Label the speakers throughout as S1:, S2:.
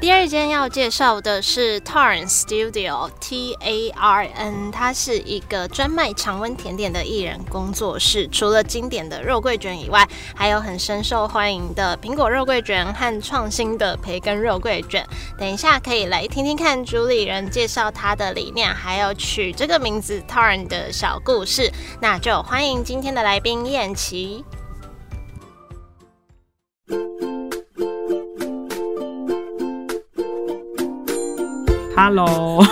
S1: 第二间要介绍的是 Tarn Studio T A R N，它是一个专卖常温甜点的艺人工作室。除了经典的肉桂卷以外，还有很深受欢迎的苹果肉桂卷和创新的培根肉桂卷。等一下可以来听听看主理人介绍他的理念，还有取这个名字 Tarn 的小故事。那就欢迎今天的来宾燕琪。
S2: Hello，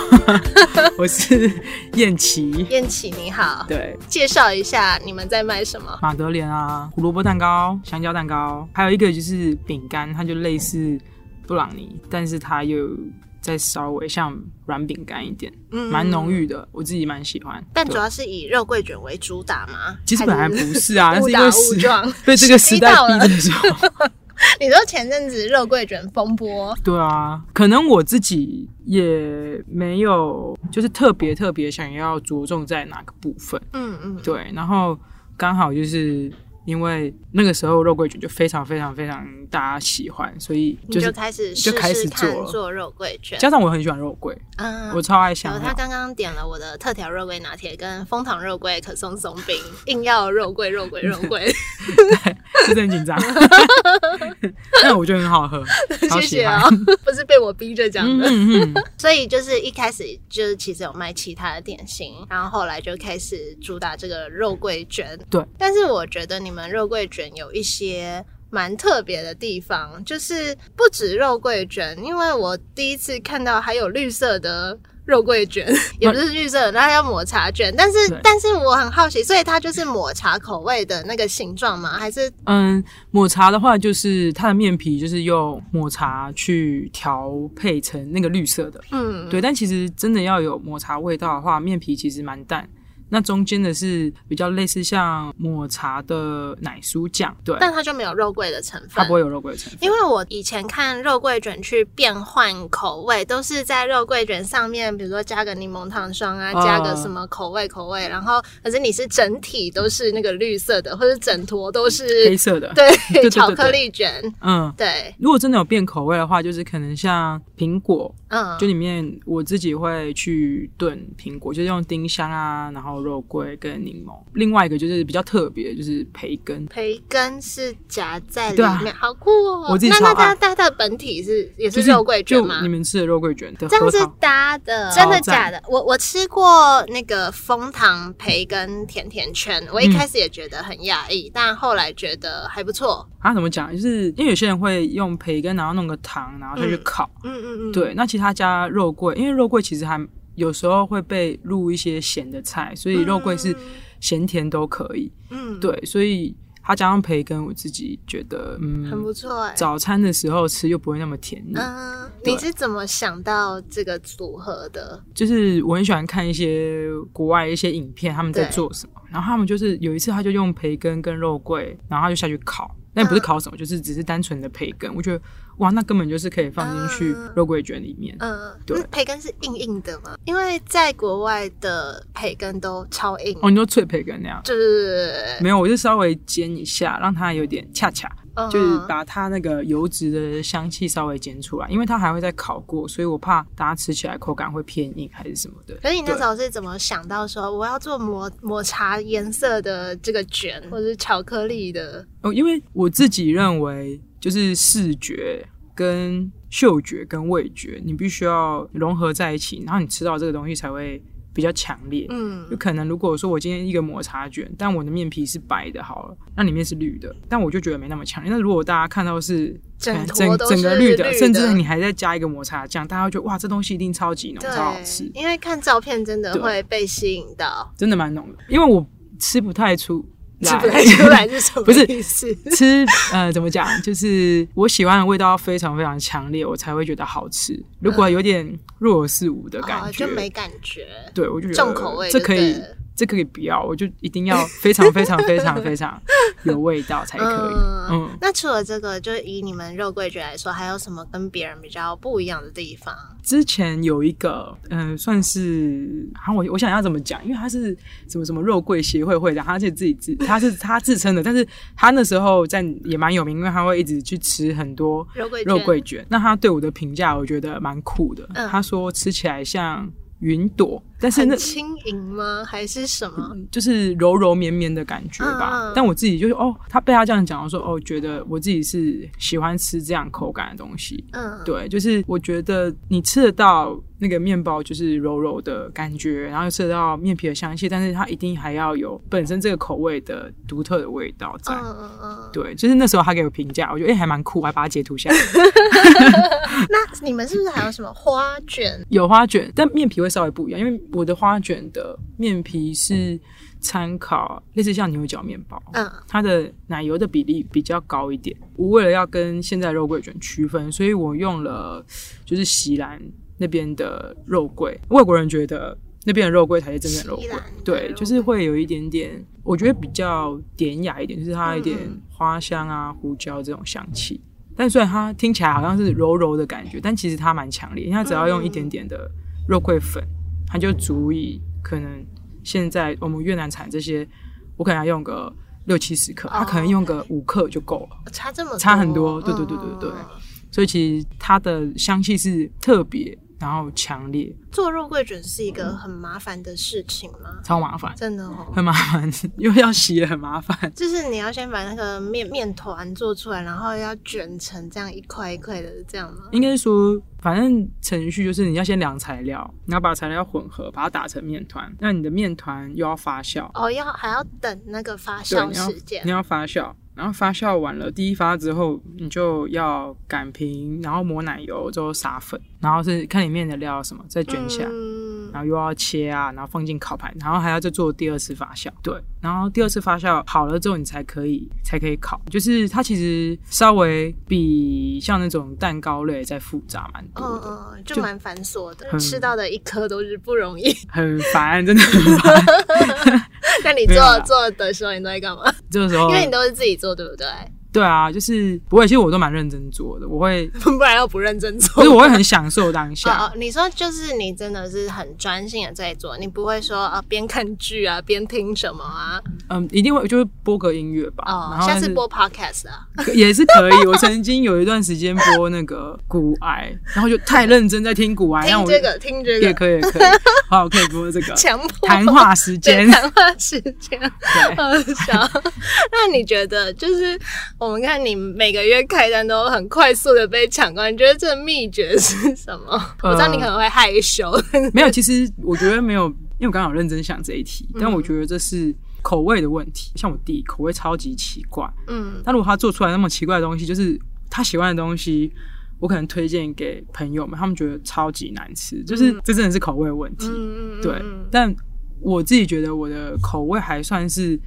S2: 我是燕琪。
S1: 燕琪你好，
S2: 对，
S1: 介绍一下你们在卖什么？
S2: 马德莲啊，胡萝卜蛋糕、香蕉蛋糕，还有一个就是饼干，它就类似布朗尼，但是它又再稍微像软饼干一点，
S1: 嗯
S2: 蛮浓郁的，我自己蛮喜欢。
S1: 但
S2: 对啊
S1: 主要是以肉桂卷为主打吗？
S2: 其实本来
S1: 还
S2: 不
S1: 是
S2: 是啊，但
S1: 误
S2: 是因
S1: 打
S2: 为
S1: 误
S2: 时
S1: 撞
S2: 被这个时代
S1: 逼到
S2: 逼
S1: 了
S2: 的时候，
S1: 你说前阵子肉桂卷风波，
S2: 对啊，可能我自己也没有就是特别特别想要着重在哪个部分。
S1: 嗯嗯，
S2: 对，然后刚好就是因为那个时候肉桂卷就非常非常非常大家喜欢，所以
S1: 你
S2: 就
S1: 就是开始试
S2: 就开
S1: 试
S2: 始
S1: 看
S2: 做了
S1: 做肉桂卷，
S2: 加上我很喜欢肉桂，
S1: 嗯
S2: 我。超爱
S1: 然
S2: 香
S1: 后他
S2: 料。
S1: 刚刚点了我的特调肉桂拿铁跟枫糖肉桂可松松饼，硬要肉桂肉桂肉桂，
S2: 是真的紧张，但我觉得很好喝，好
S1: 谢
S2: 喜
S1: 谢
S2: 欢
S1: 哦。， 不是被我逼着讲
S2: 嗯
S1: 的。
S2: 嗯嗯，
S1: 所以就是一开始就是其实有卖其他的点心，然后后来就开始主打这个肉桂卷。
S2: 对，
S1: 但是我觉得你们肉桂卷有一些。蛮特别的地方，就是不止肉桂卷，因为我第一次看到还有绿色的肉桂卷， 也不是绿色的，那叫抹茶卷。但是
S2: 嗯对，
S1: 但是我很好奇，所以它就是抹茶口味的那个形状吗？还是
S2: 嗯，抹茶的话就是它的面皮就是用抹茶去调配成那个绿色的，
S1: 嗯，
S2: 对，但其实真的要有抹茶味道的话，面皮其实蛮淡。那中间的是比较类似像抹茶的奶酥酱，对，
S1: 但它就没有肉桂的成分，
S2: 它不会有肉桂的成分。
S1: 因为我以前看肉桂卷去变换口味，都是在肉桂卷上面，比如说加个柠檬糖霜啊，
S2: 啊
S1: 加个什么口味口味，然后可是你是整体都是那个绿色的，或者整坨都
S2: 黑
S1: 是
S2: 色的，
S1: 对
S2: 对对
S1: 巧克力卷，
S2: 嗯。
S1: 对，
S2: 如果真的有变口味的话，就是可能像苹果，
S1: 嗯
S2: 就里面我自己会去炖苹果，就是用丁香啊，然后肉桂跟柠檬。另外一个就是比较特别，就是培根，
S1: 培根是夹在里
S2: 对啊
S1: 面，好酷哦！
S2: 我自己
S1: 那
S2: 超
S1: 那它
S2: 爱
S1: 它的本体是也是
S2: 就是
S1: 肉桂卷
S2: 就
S1: 吗
S2: 你？们吃的肉桂卷的
S1: 这样
S2: 核
S1: 是
S2: 桃，
S1: 搭的，
S2: 超
S1: 真的
S2: 赞
S1: 假的？我我吃过那个枫糖培根甜甜圈，我一开始也觉得很讶异，但后来觉得还不错。
S2: 啊它怎么讲？就是因为有些人会用培根，然后弄个糖，然后再去烤。
S1: 嗯嗯嗯，
S2: 对，那其他加肉桂，因为肉桂其实还有时候会被入一些咸的菜，所以肉桂
S1: 嗯
S2: 是咸甜都可以。
S1: 嗯，嗯，
S2: 对，所以它加上培根，我自己觉得嗯
S1: 很不错哎、
S2: 早餐的时候吃又不会那么甜腻。
S1: 嗯，
S2: 对
S1: 你是怎么想到这个组合的？
S2: 就是我很喜欢看一些国外一些影片，他们在
S1: 对
S2: 做什么。然后他们就是有一次，他就用培根跟肉桂，然后他就下去烤，但不是
S1: 嗯
S2: 烤什么，就是只是单纯的培根。我觉得哇，那根本就是可以放进去
S1: 嗯
S2: 肉桂卷里面。
S1: 嗯，
S2: 对
S1: 那培根是硬硬的吗？因为在国外的培根都超硬，
S2: 哦，你说脆培根那样？
S1: 就是
S2: 没有，我就稍微煎一下，让它有点恰恰，
S1: 嗯
S2: 就是把它那个油脂的香气稍微煎出来，因为它还会再烤过，所以我怕大家吃起来口感会偏硬还是什么的。
S1: 可是你那
S2: 对
S1: 时候是怎么想到说我要做抹抹茶颜色的这个卷，或者是巧克力的？
S2: 哦，因为我自己认为，就是视觉跟嗅觉跟味觉，你必须要融合在一起，然后你吃到这个东西才会比较强烈。就
S1: 嗯
S2: 可能如果说我今天一个抹茶卷，但我的面皮是白的，好了，那里面是绿的，但我就觉得没那么强烈。那如果大家看到是
S1: 整
S2: 可能
S1: 坨都
S2: 整整个
S1: 是
S2: 绿
S1: 绿的
S2: 甚至你还再加一个抹茶酱，大家会觉得哇，这东西一定超级浓，
S1: 对
S2: 超好吃，，
S1: 因为看照片真的
S2: 对
S1: 会被吸引到，
S2: 真的蛮浓的。因为我吃不太出来，
S1: 吃不太出来是什么
S2: 不是
S1: 意思？
S2: 吃呃怎么讲，就是我喜欢的味道非常非常强烈，我才会觉得好吃。 如果有点若有似无的感
S1: 嗯哦
S2: 觉，
S1: 就没感觉，
S2: 对我就觉得
S1: 重口味
S2: 这
S1: 就
S2: 可
S1: 对
S2: 以
S1: 了
S2: 这可以不要，我就一定要非常非常非常非常有味道才可以。嗯，
S1: 那除了这个，就以你们肉桂卷来说，还有什么跟别人比较不一样的地方？
S2: 之前有一个，嗯、算是，好、啊，我我想要怎么讲，因为他是什么什么肉桂协会会长，他是自己自他是他自称的，但是他那时候在也蛮有名，因为他会一直去吃很多
S1: 肉桂
S2: 肉
S1: 卷
S2: 桂卷。那他对我的评价，我觉得蛮酷的。
S1: 嗯
S2: 他说吃起来像云朵，但是那
S1: 很轻盈吗？还是什么？
S2: 就是柔柔绵绵的感觉吧。
S1: 嗯嗯
S2: 但我自己就是哦，他被他这样讲，我说哦，觉得我自己是喜欢吃这样口感的东西。
S1: 嗯，
S2: 对，就是我觉得你吃得到那个面包就是柔柔的感觉，然后吃得到面皮的香气，但是它一定还要有本身这个口味的独特的味道在。
S1: 嗯嗯嗯。
S2: 对，就是那时候他给我评价，我觉得哎、还蛮酷，我还把它截图下来。
S1: 那你们是不是还有什么花卷？
S2: 有花卷，但面皮会稍微不一样，因为我的花卷的面皮是参考类似像牛角面包，
S1: 嗯，
S2: 它的奶油的比例比较高一点。我为了要跟现在肉桂卷区分，所以我用了就是席兰那边的肉桂。外国人觉得那边的肉桂才是真正的肉
S1: 席
S2: 桂
S1: 兰的，肉
S2: 对，
S1: 桂
S2: 就是会有一点点，我觉得比较典雅一点，就是它有一点
S1: 嗯
S2: 花香啊、胡椒这种香气。但虽然它听起来好像是柔柔的感觉，但其实它蛮强烈，因为它只要用一点点的肉桂粉，它就足以可能现在我们越南产这些，我可能要用个六七十克，它可能用个五克就够了。
S1: 差这么多
S2: 差很多对对对对对
S1: 嗯嗯嗯
S2: 所以其实它的香气是特别，然后强烈，
S1: 做肉桂卷是一个很麻烦的事情吗？
S2: 超麻烦，
S1: 真的哦。
S2: 很麻烦，因为要洗也很麻烦。
S1: 就是你要先把那个面面团做出来，然后要卷成这样一块一块的，这样吗？
S2: 应该说，反正程序就是你要先量材料，你要把材料混合，把它打成面团。那你的面团又要发酵，
S1: 哦，要还要等那个发
S2: 对，
S1: 酵
S2: 你要
S1: 时间
S2: 你。要发酵，然后发酵完了第一发之后，你就要擀平，然后抹奶油，之后撒粉，然后是看里面的料什么，再卷起来。
S1: 嗯
S2: 然后又要切啊，然后放进烤盘，然后还要再做第二次发酵。对，然后第二次发酵好了之后，你才可以才可以烤。就是它其实稍微比像那种蛋糕类再复杂蛮多
S1: 嗯
S2: 的，
S1: 嗯，就
S2: 就
S1: 蛮繁琐的，
S2: 很
S1: 吃到的一颗都是不容 易。
S2: 很烦，真的很 烦。
S1: 那你
S2: 没
S1: 做
S2: 有啦
S1: 做的时候，你都在干嘛？
S2: 这个时候
S1: 因，为你都是自己做，对不对？
S2: 对啊，就是不会，其实我都蛮认真做的，我会，
S1: 不然要不认真
S2: 不
S1: 做
S2: 是。我会很享受当下。
S1: 哦哦，你说就是你真的是很专心的在做，你不会说啊边看剧啊边听什么啊。
S2: 嗯，一定会就是播个音乐吧。
S1: 哦
S2: 然，后
S1: 下
S2: 但
S1: 次
S2: 是
S1: 播 podcast 啊。
S2: 也是可以。我曾经有一段时间播那个骨癌，然后就太认真在听骨癌，让
S1: 听
S2: 我
S1: 这个，听这
S2: 也
S1: 个，
S2: 可以，也可以。好，可以播这个
S1: 强迫
S2: 谈话时间
S1: 对。谈话时间，
S2: 对
S1: 好笑。 那你觉得，就是我们看你每个月开单都很快速的被抢光，你觉得这秘诀是什么？
S2: 呃
S1: 我知道你可能会害 羞，
S2: 没有，其实我觉得没有，因为我刚好认真想这一题，
S1: 嗯
S2: 但我觉得这是口味的问题。像我弟口味超级奇怪，
S1: 嗯
S2: 那如果他做出来那么奇怪的东西，就是他喜欢的东西，我可能推荐给朋友们，他们觉得超级难吃，就是这真的是口味问题。
S1: 嗯嗯嗯，
S2: 对
S1: 嗯，
S2: 但我自己觉得我的口味还算是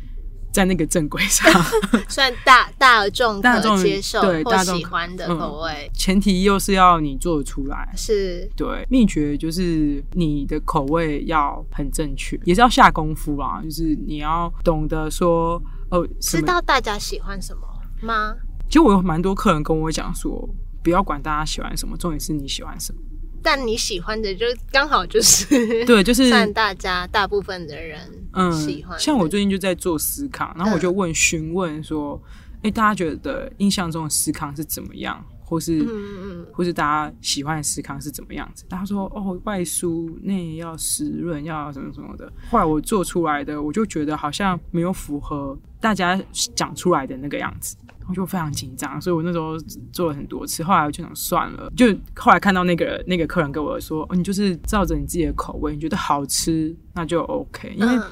S2: 在那个正轨上，
S1: 算嗯大大众
S2: 大
S1: 可
S2: 众
S1: 接受
S2: 对
S1: 或
S2: 大众
S1: 喜欢的
S2: 嗯
S1: 口味、
S2: 前提又是要你做得出来。
S1: 是。
S2: 对，秘诀就是你的口味要很正确，也是要下功夫啊，就是你要懂得说哦，什
S1: 知
S2: 么？
S1: 道大家喜欢什么吗？
S2: 其实我有蛮多客人跟我讲说，不要管大家喜欢什么，重点是你喜欢什么。
S1: 但你喜欢的就刚好就是
S2: 对，就是
S1: 算大家大部分的人
S2: 嗯
S1: 喜欢的、，嗯
S2: 像我最近就在做思考，然后我就问询问说，哎、大家觉得印象中的思考是怎么样，或是
S1: 嗯嗯
S2: 或是大家喜欢的食康是怎么样子。他说哦，外酥内要湿润，要什么什么的。后来我做出来的，我就觉得好像没有符合大家讲出来的那个样子。我就非常紧张，所以我那时候做了很多次。后来我就想算了，就后来看到那个那个客人跟我说、哦，你就是照着你自己的口味，你觉得好吃那就 OK。因为
S1: 嗯，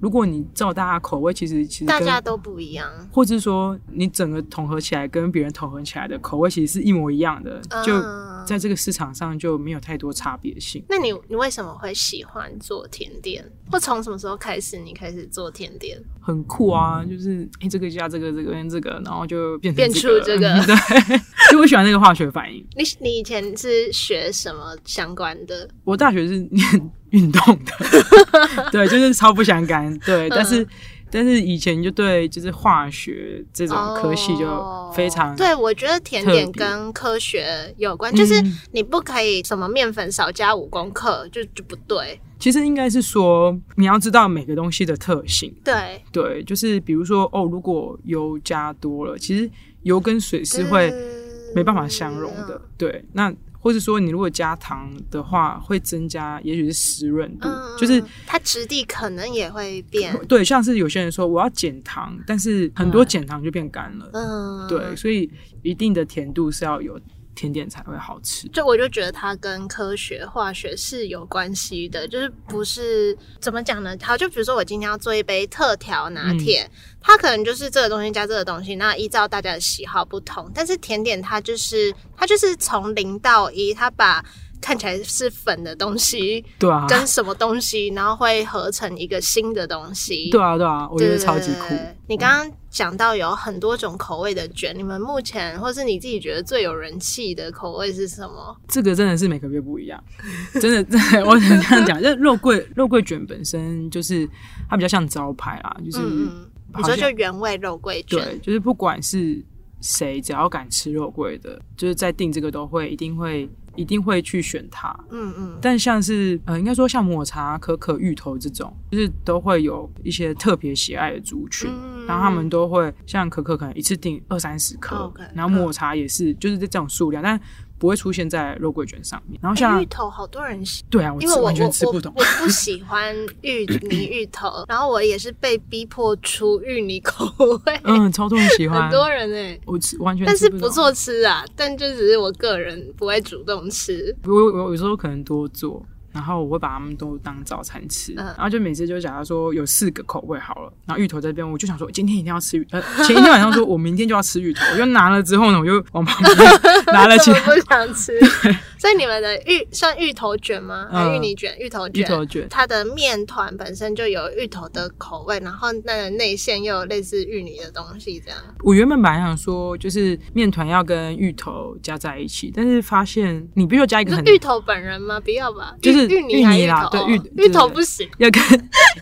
S2: 如果你照大家口味，其实其实
S1: 大
S2: 跟
S1: 家都不一样，
S2: 或是说你整个统合起来跟别人统合起来的口味其实是一模一样的，就
S1: 嗯
S2: 在这个市场上就没有太多差别性。
S1: 那你你为什么会喜欢做甜点？或从什么时候开始你开始做甜点？
S2: 很酷啊，就是诶这个加这个这个跟这个，然后就变成
S1: 变出
S2: 这
S1: 这个
S2: 嗯对， 所以我喜欢那个化学反应。
S1: 你你以前是学什么相关的？
S2: 我大学是念运动的， 对，就是超不相干，
S1: 嗯
S2: 对，但是。但是以前就对就是化学这种科系就非常
S1: 哦对，我觉得甜点
S2: 特别
S1: 跟科学有关，就是
S2: 嗯
S1: 你不可以什么面粉少加五公克，就就不对。
S2: 其实应该是说你要知道每个东西的特性，
S1: 对，
S2: 对，就是比如说哦，如果油加多了，其实油跟水是会没办法相容的，
S1: 嗯
S2: 对，那。或者说，你如果加糖的话，会增加也许是湿润度，
S1: 嗯，
S2: 就是
S1: 嗯它质地可能也会变。
S2: 对，像是有些人说我要减糖，但是很多减糖就变干了，
S1: 嗯，
S2: 对，，所以一定的甜度是要有甜点才会好吃。
S1: 就我就觉得它跟科学化学是有关系的，就是不是怎么讲呢？好，就比如说我今天要做一杯特调拿
S2: 嗯
S1: 铁，它可能就是这个东西加这个东西，那依照大家的喜好不同。但是甜点它就是它就是从零到一，它把看起来是粉的东西
S2: 对啊，
S1: 跟什么东西，然后会合成一个新的东西。
S2: 对啊，对啊，我
S1: 对
S2: 觉
S1: 对
S2: 得
S1: 对
S2: 超级酷嗯
S1: 对。对你刚刚讲到有很多种口味的卷，你们目前或是你自己觉得最有人气的口味是什么？
S2: 这个真的是每个月不一样，真的，真的，我只能这样讲。就肉桂肉桂卷本身就是它比较像招牌啦，就是、
S1: 嗯嗯，你
S2: 好
S1: 说
S2: 像
S1: 就原味肉桂卷，
S2: 对，就是不管是谁，只要敢吃肉桂的，就是在订这个都会一定会一定会去选它。
S1: 嗯嗯，
S2: 但像是呃，应该说像抹茶、可可、芋头这种，就是都会有一些特别喜爱的族群，
S1: 嗯
S2: 然后他们都会像可可可能一次订二三十颗
S1: 哦 OK，嗯
S2: 然后抹茶也是，就是这种数量，但不会出现在肉桂卷上面。然后
S1: 哎
S2: 像、
S1: 芋头好多人喜，
S2: 对啊，我
S1: 因为
S2: 吃
S1: 我
S2: 完全
S1: 我
S2: 吃
S1: 我
S2: 不懂，
S1: 我不喜欢芋泥芋头，然后我也是被逼迫出芋泥口味，
S2: 嗯，超多人喜欢
S1: 很，多人哎、
S2: 我吃完全
S1: 但
S2: 吃
S1: 是
S2: 不
S1: 不
S2: 懂。
S1: 错吃啊，但就只是我个人不会主动吃。
S2: 我我我有时候可能多做，然后我会把它们都当早餐吃，
S1: 嗯
S2: 然后就每次就假如说有四个口味好了，然后芋头这边我就想说今天一定要吃芋，呃，前一天晚上说我明天就要吃芋头，我就拿了之后呢，我就往旁 边拿了
S1: 这
S2: 起
S1: 么
S2: 来
S1: 不想 吃，所以你们的芋算芋头卷吗？还是芋
S2: 嗯
S1: 泥卷、芋头
S2: 芋
S1: 卷？
S2: 头卷，
S1: 它的面团本身就有芋头的口味，然后那个内馅又有类似芋泥的东西，这样。
S2: 我原本本来想说就是面团要跟芋头加在一起，但是发现你必须要加一
S1: 你说
S2: 个很
S1: 芋头本人吗？不要吧，
S2: 就是
S1: 芋
S2: 芋
S1: 泥还是
S2: 泥啦
S1: 头？哦
S2: 对芋
S1: 芋头
S2: 对对对
S1: 不行。
S2: 要跟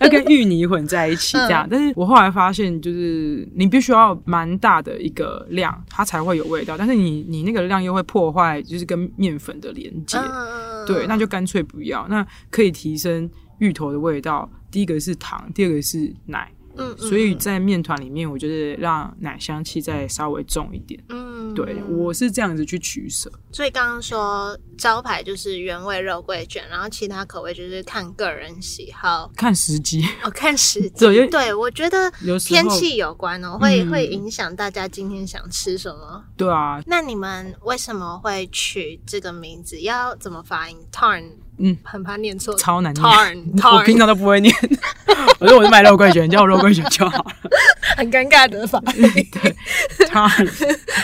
S2: 要跟芋泥混在一起这
S1: 嗯
S2: 样。但是我后来发现，就是你必须要蛮大的一个量，它才会有味道。但是你你那个量又会破坏，就是跟面粉的连接。
S1: 嗯，
S2: 对，那就干脆不要。那可以提升芋头的味道。第一个是糖，第二个是奶，
S1: 嗯，嗯
S2: 所以在面团里面，我就是让奶香气再稍微重一点。
S1: 嗯，
S2: 对，我是这样子去取舍。
S1: 所以刚刚说招牌就是原味肉桂卷，然后其他口味就是看个人喜好，
S2: 看时机，
S1: 哦，看时机。
S2: 对因为
S1: 对，我觉得
S2: 有时候
S1: 天气有关哦，会
S2: 嗯
S1: 会影响大家今天想吃什么。
S2: 对啊，
S1: 那你们为什么会取这个名字？要怎么发音？Tarn，
S2: 嗯，
S1: 很怕念错。
S2: 超难念。
S1: Tarn，
S2: 我平
S1: Tarn，
S2: 常都不会念， 我说我是卖肉桂卷，你叫我肉桂卷就好 了。
S1: 很尴尬的发音，
S2: 它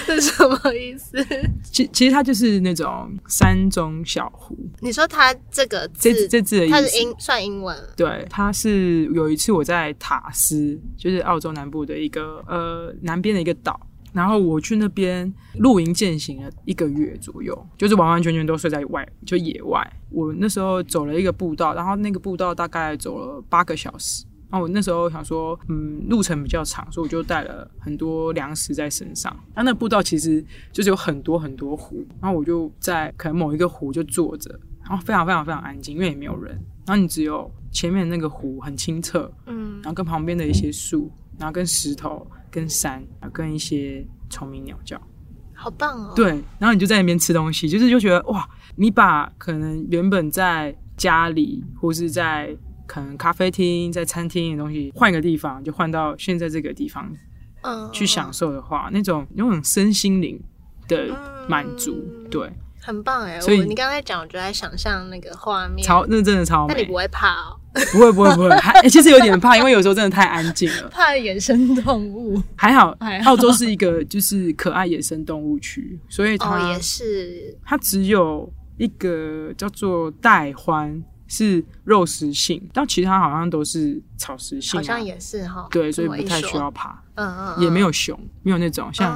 S1: 是什么意思？
S2: 其其实它就是那种山中小湖，
S1: 你说它这个
S2: 这
S1: 字，
S2: 这字的意
S1: 它是
S2: 思。
S1: 英算英文，
S2: 对，它是有一次我在塔斯，就是澳洲南部的一个呃南边的一个岛，然后我去那边露营践行了一个月左右，就是完完全全都睡在外，就野外。我那时候走了一个步道，然后那个步道大概走了八个小时。然后我那时候想说，嗯，路程比较长，所以我就带了很多粮食在身上。那那步道其实就是有很多很多湖，然后我就在可能某一个湖就坐着，然后非常非常非常安静，因为也没有人。然后你只有前面那个湖很清澈，
S1: 嗯
S2: 然后跟旁边的一些树，然后跟石头、跟山，然后跟一些虫鸣鸟叫。
S1: 好棒哦。，
S2: 对，然后你就在那边吃东西，就是就觉得哇，你把可能原本在家里或是在可能咖啡厅、在餐厅的东西，换一个地方，就换到现在这个地方
S1: 嗯，
S2: 去享受的话，那种那种身心灵的满足，
S1: 嗯
S2: 对，
S1: 很棒哎。
S2: 所以
S1: 我你刚才讲，我就在想象那个画面。
S2: 超那真的超
S1: 那
S2: 美
S1: 你不，会怕哦？
S2: 不会不会不会，还、欸其实有点怕，因为有时候真的太安静了。
S1: 怕野生动 物
S2: 还好
S1: 还，好
S2: 澳洲是一个就是可爱野生动物区，所以它、
S1: 哦，也是。
S2: 它只有一个叫做带欢是肉食性，但其他好像都是草食性、啊，
S1: 好像也是哈，
S2: 对，所以
S1: 这么
S2: 不
S1: 一
S2: 太
S1: 说
S2: 需要爬，
S1: 嗯嗯，啊
S2: 也没
S1: 有
S2: 有熊，没有那种像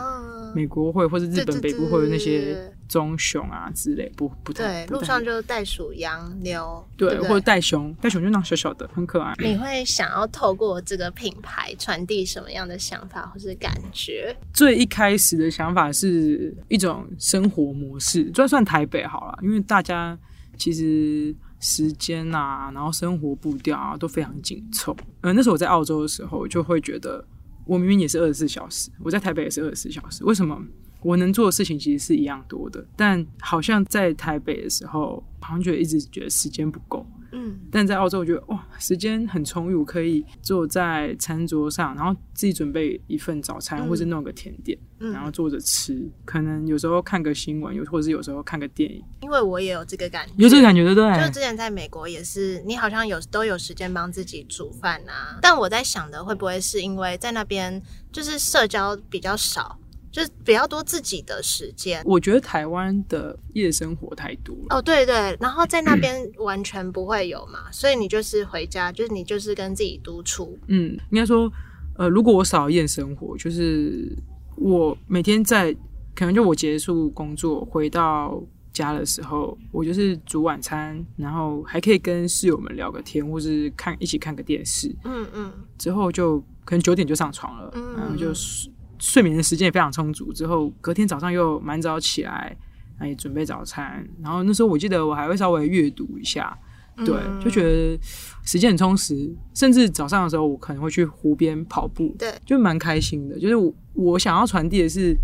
S2: 美国会或者日本
S1: 对对
S2: 北部会有那
S1: 对对对
S2: 些
S1: 对
S2: 棕熊啊之类，不不太
S1: 对，
S2: 不
S1: 路
S2: 太
S1: 上就是袋鼠、羊、牛，
S2: 对，
S1: 对不
S2: 或
S1: 对
S2: 者袋熊，袋熊就那种小小的，很可爱。
S1: 你会想要透过这个品牌传递什么样的想法或是感觉？
S2: 最一开始的想法是一种生活模式，就算台北好了，因为大家其实时间啊，然后生活步调啊都非常紧凑。嗯，那时候我在澳洲的时候，就会觉得我明明也是二十四小时，我在台北也是二十四小时，为什么我能做的事情其实是一样多的？但好像在台北的时候，好像觉得一直觉得时间不够。
S1: 嗯，
S2: 但在澳洲，我觉得哇，时间很充裕，我可以坐在餐桌上，然后自己准备一份早餐，
S1: 嗯
S2: 或是弄个甜点，
S1: 嗯
S2: 然后坐着吃。可能有时候看个新闻，有或者是有时候看个电影，
S1: 因为我也有这个感觉，
S2: 有这个感觉，对不
S1: 就是
S2: 对？
S1: 之前在美国也是，你好像有都有时间帮自己煮饭啊。但我在想的会不会是因为在那边就是社交比较少，就是比较多自己的时间。
S2: 我觉得台湾的夜生活太多了，
S1: 哦，对对，然后在那 边完全不会有嘛，所以你就是回家，就是你就是跟自己独处。
S2: 嗯，应该说，呃，如果我少夜生活，就是我每天在可能就我结束工作回到家的时候，我就是煮晚餐，然后还可以跟室友们聊个天，或是看一起看个电视，
S1: 嗯嗯
S2: 之后就可能九点就上床了，
S1: 嗯
S2: 然后就睡睡眠的时间也非常充足。之后隔天早上又蛮早起来，然后也准备早餐。然后那时候我记得我还会稍微阅读一下，对，
S1: 嗯
S2: 就觉得时间很充实。甚至早上的时候，我可能会去湖边跑步，
S1: 对，
S2: 就蛮开心的。就是我我想要传递的是，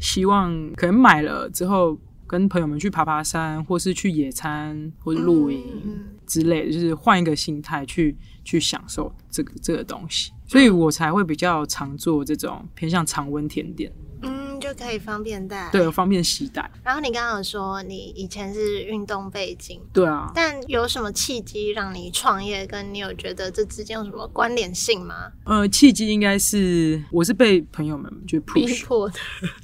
S2: 希望可能买了之后。跟朋友们去爬爬山，或是去野餐，或是露营，
S1: 嗯嗯
S2: 之类的，就是换一个心态去去享受这个这个东西，所以我才会比较常做这种偏向常温甜点，
S1: 嗯，就可以方便带。
S2: 对，方便携带。
S1: 然后你刚刚有说你以前是运动背景，
S2: 对啊，
S1: 但有什么契机让你创业？跟你有觉得这之间有什么关联性吗？
S2: 呃，契机应该是我是被朋友们就
S1: 逼
S2: push，
S1: 迫的，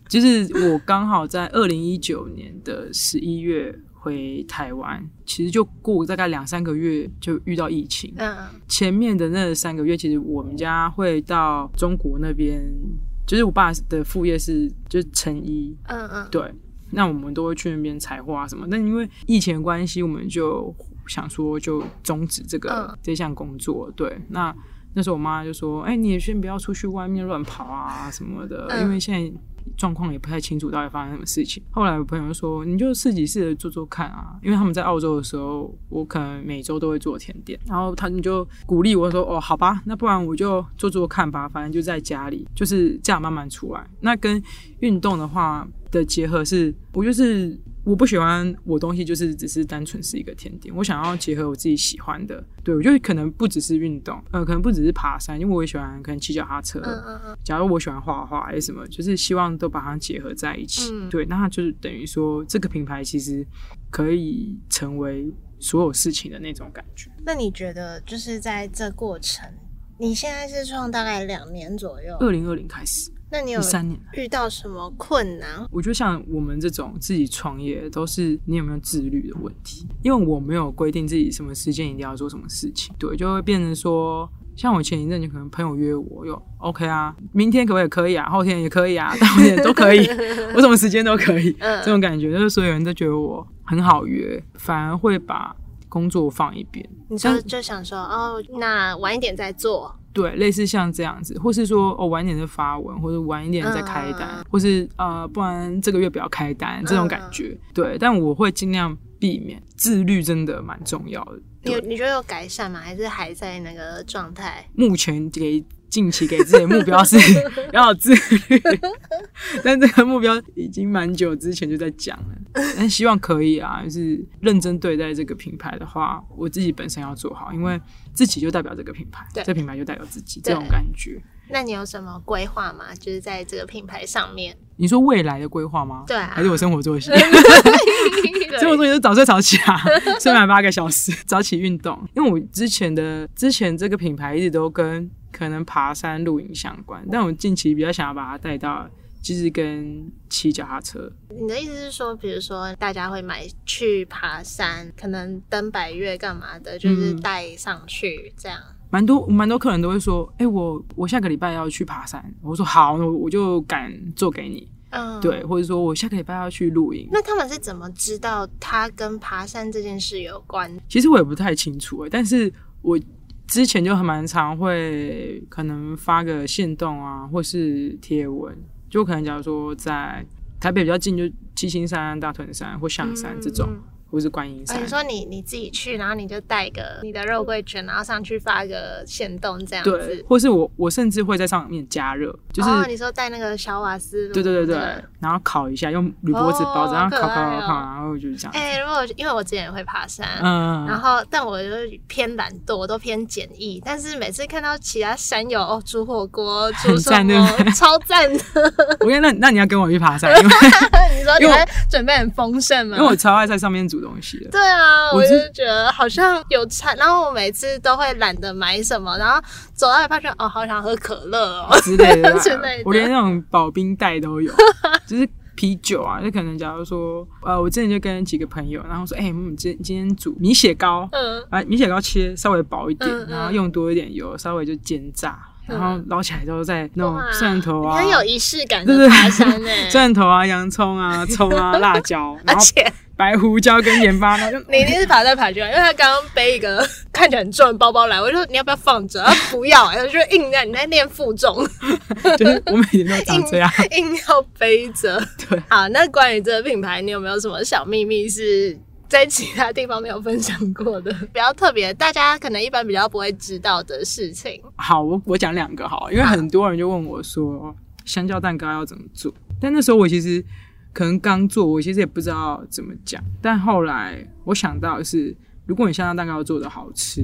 S2: 就是我刚好在二零一九年的十一月回台湾，其实就过大概两三个月就遇到疫情，
S1: 嗯
S2: 前面的那三个月，其实我们家会到中国那边，就是我爸的副业是就是成衣，
S1: 嗯嗯，
S2: 对，那我们都会去那边采花什么。但因为疫情的关系，我们就想说就终止这个、
S1: 嗯
S2: 这项工作。对，那那时候我妈就说：“哎、你也先不要出去外面乱跑啊什么的，
S1: 嗯
S2: 因为现在。”状况也不太清楚到底发生什么事情。后来我朋友就说：“你就自己试着做做看啊，因为他们在澳洲的时候，我可能每周都会做甜点，然后他们就鼓励我说：‘哦，好吧，那不然我就做做看吧，反正就在家里，就是这样慢慢出来。’那跟运动的话的结合是，我就是我不喜欢我东西就是只是单纯是一个甜点，我想要结合我自己喜欢的。对我觉得可能不只是运动，呃，可能不只是爬山，因为我也喜欢可能骑脚踏车。
S1: 嗯嗯嗯，
S2: 假如我喜欢画画还是什么，就是希望都把它结合在一起。
S1: 嗯
S2: 对，那它就是等于说这个品牌其实可以成为所有事情的那种感觉。
S1: 那你觉得就是在这过程，你现在是创大概两年左右，
S2: 二零二零开始，
S1: 那你有
S2: 一嗯三年。
S1: 遇到什么困难？
S2: 我觉得像我们这种自己创业，都是你有没有自律的问题。因为我没有规定自己什么时间一定要做什么事情，对，就会变成说，像我前一阵就可能朋友约我，有 OK 啊，明天可不可以？可以啊，后天也可以啊，大后天都 可以，我什么时间都可以，
S1: 嗯
S2: 这种感觉就是所有人都觉得我很好约，反而会把工作放一边。
S1: 你就就想说哦，那晚一点再做，
S2: 对，类似像这样子，或是说哦晚一点再发文，或者晚一点再开单，
S1: 嗯
S2: 或是呃不然这个月不要开单这种感
S1: 嗯
S2: 觉。对，但我会尽量避免，自律真的蛮重要的。
S1: 你有
S2: 对，
S1: 你觉得有改善吗？还是还在那个状态？
S2: 目前给近期给自己的目 标是要有自律，但这个目标已经蛮久之前就在讲了，但希望可以啊，就是认真对待这个品牌的话，我自己本身要做好，因为自己就代表这个品牌，
S1: 对
S2: 这品牌就代表自己，这
S1: 对
S2: 种感觉。
S1: 那你有什么规划吗？就是在这个品牌上面，
S2: 你说未来的规划吗？
S1: 对啊
S2: 还是 我生活作息？
S1: 对，
S2: 生活作息就是早睡早起啊，睡满八个小时，早起运动。因为我之前的之前这个品牌一直都跟可能爬山、露营相关，但我近期比较想要把它带到就是跟骑脚踏车。
S1: 你的意思是说，比如说大家会买去爬山，可能登百越干嘛的，就是
S2: 嗯
S1: 带上去这样。
S2: 蛮多蛮多客人都会说，哎、我我下个礼拜要去爬山。我说好，那我我就赶做给你。
S1: 嗯嗯，
S2: 对，。或者说我下个礼拜要去露营。
S1: 那他们是怎么知道它跟爬山这件事有关？
S2: 其实我也不太清楚、欸，但是我之前就很蛮常会可能发个线动啊，或是贴文，就可能假如说在台北比较近，就七星山、大屯山或象山这种，
S1: 嗯嗯
S2: 或是观音
S1: 哦、
S2: 山。
S1: 你说你你自己去，然后你就带个你的肉桂卷，然后上去发个线洞这样
S2: 对
S1: 子，。
S2: 或是我我甚至会在上面加热，就是、
S1: 哦，你说带那个小瓦斯炉，
S2: 对对对对
S1: 不，
S2: 然后烤一下，用铝箔纸包着，
S1: 哦
S2: 然后烤
S1: 好可
S2: 烤
S1: 爱
S2: 烤
S1: 哦
S2: 烤，然后就是这样子。
S1: 哎、如果因为我之前也会爬山，
S2: 嗯，
S1: 然后但我就是偏懒惰，我都偏简易。但是每次看到其他山友哦煮火 锅、煮什
S2: 赞对不对
S1: 么，超赞的。
S2: 我跟那那你要跟我去爬山，因
S1: 你说
S2: 为因
S1: 你
S2: 为我
S1: 们准备很丰盛吗
S2: 因为？我超爱在上面煮东西的。
S1: 对啊，
S2: 我
S1: 我就是觉得好像有差。然后我每次都会懒得买什么，然后走到一半觉得哦，好想喝可乐哦。
S2: 之类的
S1: 之类的
S2: 我连那种保冰袋都 有，就是啤酒啊，就可能假如说，呃，我之前就跟几个朋友，然后说，哎、我们今今天煮米血糕，
S1: 嗯，
S2: 把米血糕切稍微薄一点，
S1: 嗯嗯嗯
S2: 然后用多一点油，稍微就煎炸，然后捞起来之后再弄
S1: 哇
S2: 蒜头
S1: 你
S2: 啊，
S1: 很有仪式感
S2: 对
S1: 的
S2: 对
S1: 爬山哎、
S2: 蒜头啊、洋葱啊、葱 啊、辣椒，
S1: 而
S2: 然后
S1: 且
S2: 白胡椒跟盐巴，然后就
S1: 你一定是爬在爬去啊，因为他刚刚背一个 看起来很重的包包来，我就说你要不要放着？他说不要、欸，他就硬让你在练负重，
S2: 就是我每天都长
S1: 硬
S2: 这样。
S1: 硬要背着。
S2: 对，
S1: 好，那关于这个品牌，你有没有什么小秘密是在其他地方没有分享过 的？比较特别，大家可能一般比较不会知道的事情。
S2: 好，我我讲两个好了，因为很多人就问我说，香蕉蛋糕要怎么做？但那时候我其实可能刚做，我其实也不知道怎么讲。但后来我想到的是，如果你香蕉蛋糕做的好吃，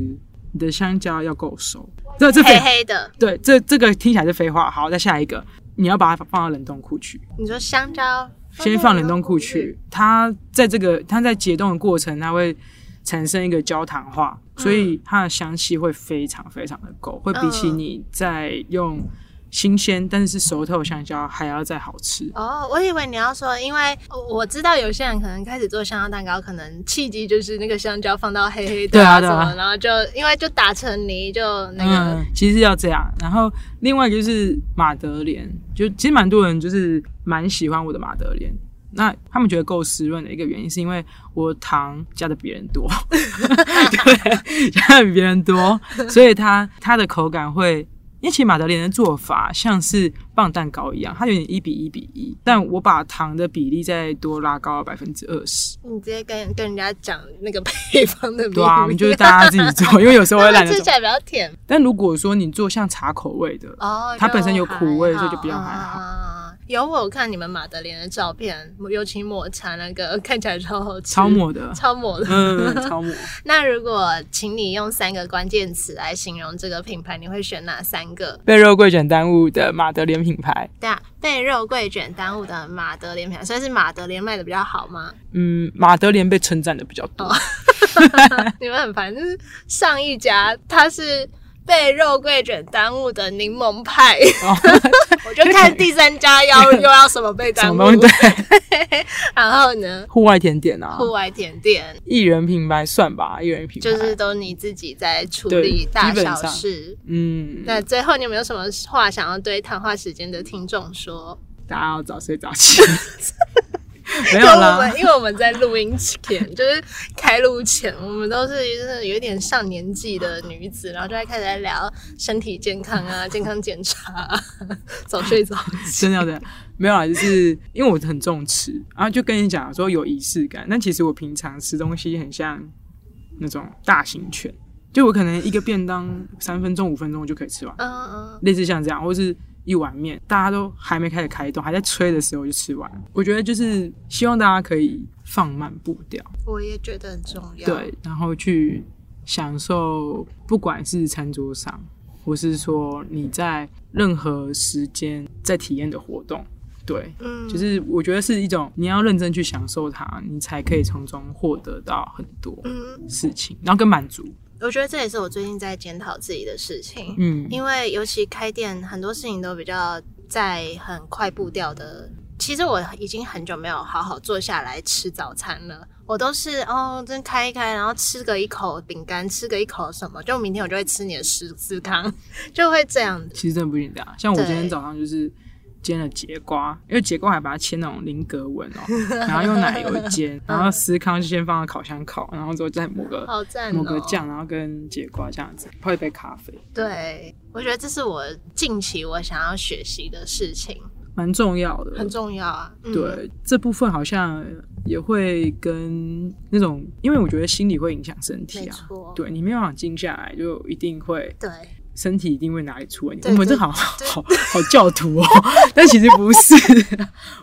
S2: 你的香蕉要够熟。这这废
S1: 黑黑的，
S2: 对这这个听起来是废话。好，再下一个，你要把它放到冷冻库去，
S1: 你说香蕉，
S2: 先放冷冻库去。它在这个它在解冻的过程，它会产生一个焦糖化，所以它的香气会非常非常的够，会比起
S1: 嗯
S2: 你在用新鲜但是是熟透的香蕉还要再好吃。
S1: 哦，我以为你要说，因为我知道有些人可能开始做香蕉蛋糕，可能契机就是那个香蕉放到黑黑的
S2: 对啊对
S1: 什
S2: 啊
S1: 么，然后就因为就打成泥，就那个、
S2: 嗯，其实要这样。然后另外一个就是马德莲，就其实蛮多人就是蛮喜欢我的马德莲。那他们觉得够湿润的一个原因，是因为我糖加的比人 多，对，加的比别人多，所以它它的口感会。因为其实马德莲的做法像是棒蛋糕一样，它有点一比一比一，但我把糖的比例再多拉高百分之二十。
S1: 你直接跟跟人家讲那个配方的秘密，
S2: 对啊，我们就是大家自己做，因为有时候我也
S1: 那
S2: 懒
S1: 它
S2: 得
S1: 吃
S2: 做
S1: 起。来比较甜
S2: 但如果说你做像茶口味的，
S1: 哦，
S2: 它本身有苦味
S1: 就
S2: 所以就比较还好
S1: 嗯有我有看你们马德莲的照片，尤其抹茶那个看起来超好吃，
S2: 超抹的，
S1: 超抹的。
S2: 嗯，超模。
S1: 那如果请你用三个关键词来形容这个品牌，你会选哪三个？
S2: 被肉桂卷耽误的马德莲品牌，
S1: 对啊，被肉桂卷耽误的马德莲品牌，所以是马德莲卖的比较好吗？
S2: 嗯，马德莲被称赞的比较
S1: 哦
S2: 多。
S1: 你们很烦，就是上一家它是被肉桂卷耽误的柠檬派，
S2: 哦，
S1: 我就看第三家要又要什么被
S2: 什
S1: 耽误
S2: 么东西？对，
S1: 然后呢，
S2: 户外甜点啊，
S1: 户外甜点
S2: 艺人品牌算吧，艺人品牌
S1: 就是都你自己在处
S2: 对
S1: 理大
S2: 基本
S1: 小
S2: 上
S1: 事。
S2: 嗯，
S1: 那最后你有没有什么话想要对谈话时间的听众说？
S2: 大家要早睡早起。 没有
S1: 因为我
S2: 啦，
S1: 们因为我们在录音前， 就是开录前，我们都是就是有点上年纪的女子，然后就在开始在聊身体健康 啊、健康检查、啊、早睡早起。
S2: 真的要这样。没有啦，就是因为我很重吃，然后就跟你讲说有仪式感。但其实我平常吃东西很像那种大型犬，就我可能一个便当三分钟、五分钟就可以吃完。
S1: 嗯嗯，
S2: 类似像这样，或是一碗面，大家都还没开始开动，还在吹的时候就吃完了。我觉得就是希望大家可以放慢步调，
S1: 我也觉得很重要。，
S2: 对，然后去享受，不管是餐桌上，或是说你在任何时间在体验的活动，对。
S1: 嗯，
S2: 就是我觉得是一种你要认真去享受它，你才可以从中获得到很多
S1: 嗯，
S2: 事情，然后跟满足。
S1: 我觉得这也是我最近在检讨自己的事情，
S2: 嗯，
S1: 因为尤其开店，很多事情都比较在很快步调的。其实我已经很久没有好好坐下来吃早餐了，我都是哦，真开一开，然后吃个一口饼干，吃个一口什么，就明天我 就会吃你的十字康，就会这样。
S2: 其实真的不一定这样。像我
S1: 对
S2: 今天早上就是煎了节瓜，因为节瓜还把它切那种菱格纹哦，然后用奶油 煎，然后司康就先放到烤箱烤，然后之后再抹个
S3: 好赞、哦！
S2: 抹个酱，然后跟节瓜这样子，泡一杯咖啡，
S3: 对，我觉得这是我近期我想要学习的事情，
S2: 蛮重要的，
S3: 很重要啊。嗯、
S2: 对这部分好像也会跟那种，因为我觉得心理会影响身体
S3: 没
S2: 啊，
S3: 错，
S2: 对你没有办法静下来，就一定会
S3: 对，
S2: 身体一定会哪里出问题。
S3: 对
S2: 我们这好好好教徒哦， 但其实不是，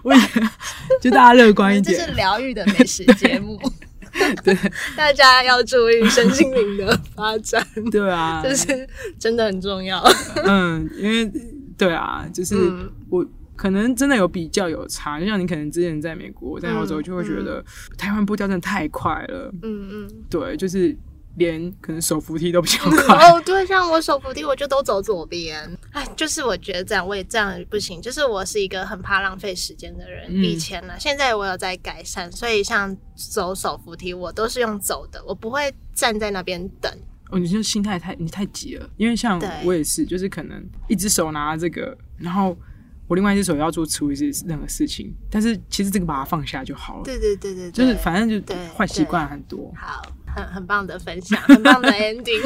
S2: 我也 就大家乐观一
S3: 这是
S2: 点，
S3: 疗愈的美食节目，
S2: 对
S3: 大家要注意身心灵的发展，
S2: 对啊，
S3: 这是真的很重要。
S2: 嗯，因为对啊，就是
S3: 嗯
S2: 我。可能真的有比较有差，就像你可能之前在美国、在澳洲，
S3: 嗯
S2: 就会觉得台湾步调真的太快了。
S3: 嗯 嗯。
S2: 对，就是连可能手扶梯都比 较快。
S3: 哦，对，像我手扶梯，我就都走左边。哎，就是我觉得这样，我也这样不行。就是我是一个很怕浪费时间的人，
S2: 嗯
S3: 以前呢，现在我有在改善，所以像走手扶梯，我都是用走的，我不会站在那边等。
S2: 哦，你这心态太你太急了，因为像
S3: 对
S2: 我也是，就是可能一只手拿这个，然后我另外一只手要做处理这任何事情，但是其实这个把它放下就好了。
S3: 对对对对对，
S2: 就是反正就
S3: 对
S2: 坏习惯很多，
S3: 好，很很棒的分享，很棒的 ending，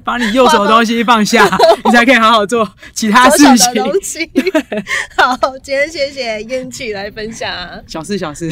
S2: 把你右手的东西放下，你才可以好好做其 他事
S3: 小小的
S2: 情。
S3: 东西。 好，今天谢谢燕琪来分享啊。
S2: 小事小事。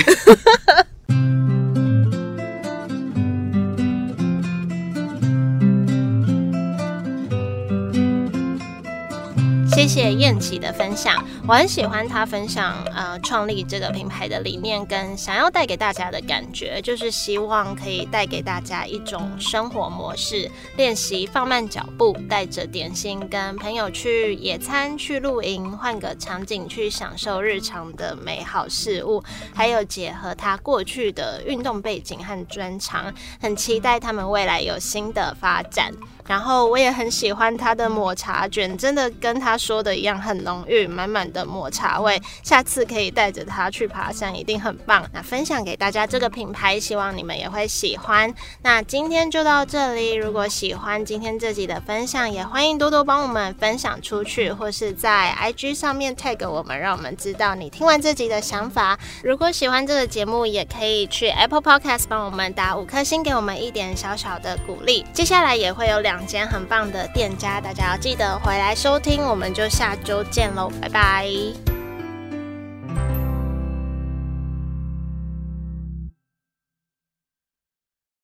S1: 谢谢燕琪的分享，我很喜欢她分享呃创立这个品牌的理念跟想要带给大家的感觉，就是希望可以带给大家一种生活模式，练习放慢脚步，带着点心跟朋友去野餐、去露营，换个场景去享受日常的美好事物，还有结合她过去的运动背景和专长，很期待他们未来有新的发展。然后我也很喜欢它的抹茶卷，真的跟他说的一样，很浓郁，满满的抹茶味。下次可以带着它去爬山，一定很棒。那分享给大家这个品牌，希望你们也会喜欢。那今天就到这里，如果喜欢今天这集的分享，也欢迎多多帮我们分享出去，或是在 IG 上面 tag 我们，让我们知道你听完这集的想法。如果喜欢这个节目，也可以去 Apple Podcast 帮我们打五颗星，给我们一点小小的鼓励。接下来也会有两间很棒的店家，大家要记得回来收听，我们就下周见喽，拜拜。